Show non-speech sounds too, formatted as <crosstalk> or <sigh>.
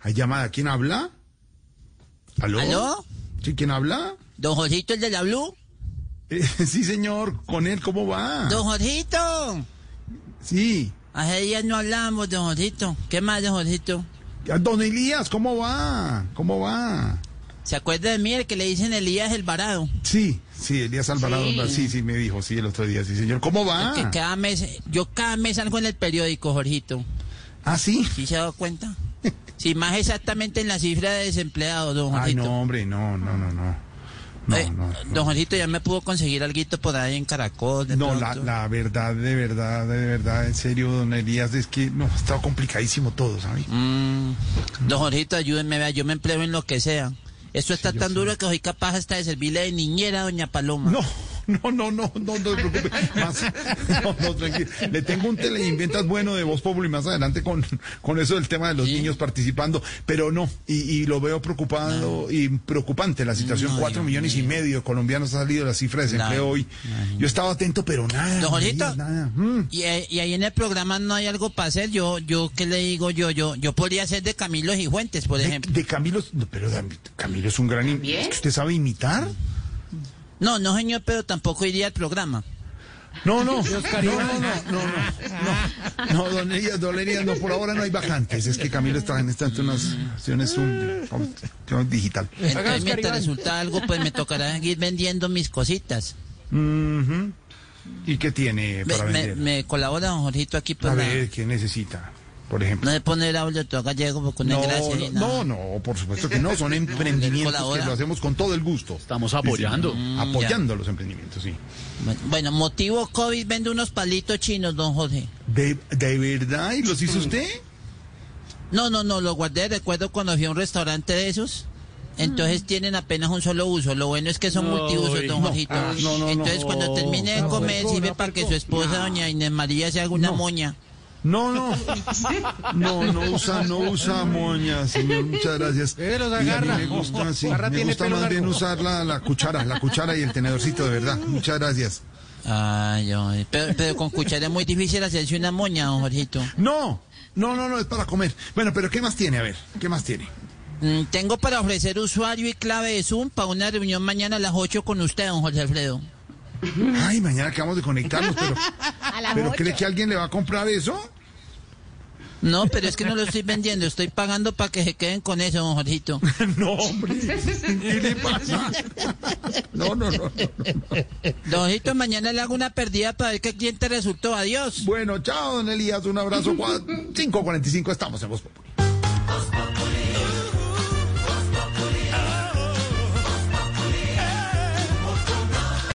Hay llamada. ¿Quién habla? ¿Aló? ¿Aló? ¿Sí, quién habla? Don Josito, el de la Blue. Eh, <laughs> sí, señor. ¿Con él cómo va? Don Josito. Sí. Hace días no hablamos, don Josito. ¿Qué más, don Josito? Ah, Don Elías, ¿cómo va? ¿Cómo va? ¿Se acuerda de mí el que le dicen Elías el varado? Sí, sí, Elías Alvarado. Sí. sí, me dijo, sí, el otro día. Sí, señor. ¿Cómo va? Que cada mes, yo cada mes salgo en el periódico, Jorgito. Ah, sí. ¿Sí se ha dado cuenta? <laughs> Sí, más exactamente en la cifra de desempleados, don Ay, Jorgito. no, hombre, no, no, no, no. Eh, No, no, Don Jorgito ya me pudo conseguir alguito por ahí en Caracol. de No, la, pronto. la verdad, de verdad, de verdad, en serio, don Elías, es que no, ha estado complicadísimo todo, ¿sabes? Mm, don Jorgito, ayúdenme, vea, yo me empleo en lo que sea. Esto está tan duro que soy capaz hasta de servirle de niñera a doña Paloma. No, no, no, no, no, no te preocupes. Más, no, no, tranquilo. Le tengo un teleinventas bueno de Voz Popular y más adelante con, con eso del tema de los niños participando, pero no, y, y lo veo preocupado y preocupante la situación. No, Cuatro Dios millones y medio de colombianos ha salido la cifra de desempleo Claro, hoy. Yo estaba atento, pero nada. Don Elías, Jorgito. Nada. Mm. Y, eh, y ahí en el programa no hay algo para hacer. Yo, yo ¿qué le digo yo? Yo yo podría ser de Camilo Gijuentes, por De, ejemplo. de Camilo, no, pero Dam- Camilo es un gran... im- ¿Es que ¿Usted sabe imitar? No, no, señor, pero tampoco iría al programa. No, no, no, no, no, no, no, no, don Elías, don Elías, no, por ahora no hay vacantes, es que Camilo está en esta ante unas acciones un, un- digital. Entonces, mientras resulta algo, pues me tocará seguir vendiendo mis cositas. Ujú. ¿Y qué tiene Me, para me, vender? me colabora don Jorgito aquí, pues A la- ver, ¿qué necesita? Por no ejemplo. se pone el audio todo gallego porque no, No, es gracia ni nada. no, no, no, por supuesto que no, <laughs> son emprendimientos que colabora. lo hacemos con todo el gusto. Estamos apoyando. Sí, sí, Apoyando los emprendimientos, sí. Bueno, Bueno, motivo COVID vende unos palitos chinos, don Jorge. ¿De, de verdad? ¿Y los Mm. hizo usted? No, no, no, lo guardé. Recuerdo cuando fui a un restaurante de esos. Entonces tienen apenas un solo uso. Lo bueno es que son multiusos, don Jorgito. Mm. no, no, no. Entonces cuando termine de comer sirve para que su esposa, doña Inés María, se haga una moña. No, no. No, no usa, no usa moña, señor. Muchas gracias. Eh, los Y a mí agarra. me gusta, sí, Agarra, me tiene gusta pelo más bien largo. usar la, la cuchara, la cuchara y el tenedorcito, de verdad. Muchas gracias. Ay, ay, pero, pero con cuchara es muy difícil hacerse una moña, don Jorgito. No, no, no, no, es para comer. Bueno, pero ¿qué más tiene? A ver, ¿qué más tiene? Mm, tengo para ofrecer usuario y clave de Zoom para una reunión mañana a las 8 con usted, don Jorge Alfredo. Ay, mañana acabamos de conectarnos, <laughs> pero, A las pero ocho. ¿cree que alguien le va a comprar eso? No, pero es que no lo estoy vendiendo, estoy pagando para que se queden con eso, don Jorgito. No, hombre. ¿Qué le pasa? No, no, no, no. Don Jorgito, mañana le hago una perdida para ver qué cliente resultó. Adiós. Bueno, chao, don Elías. Un abrazo. Cua- 5.45 estamos en Voz Populi.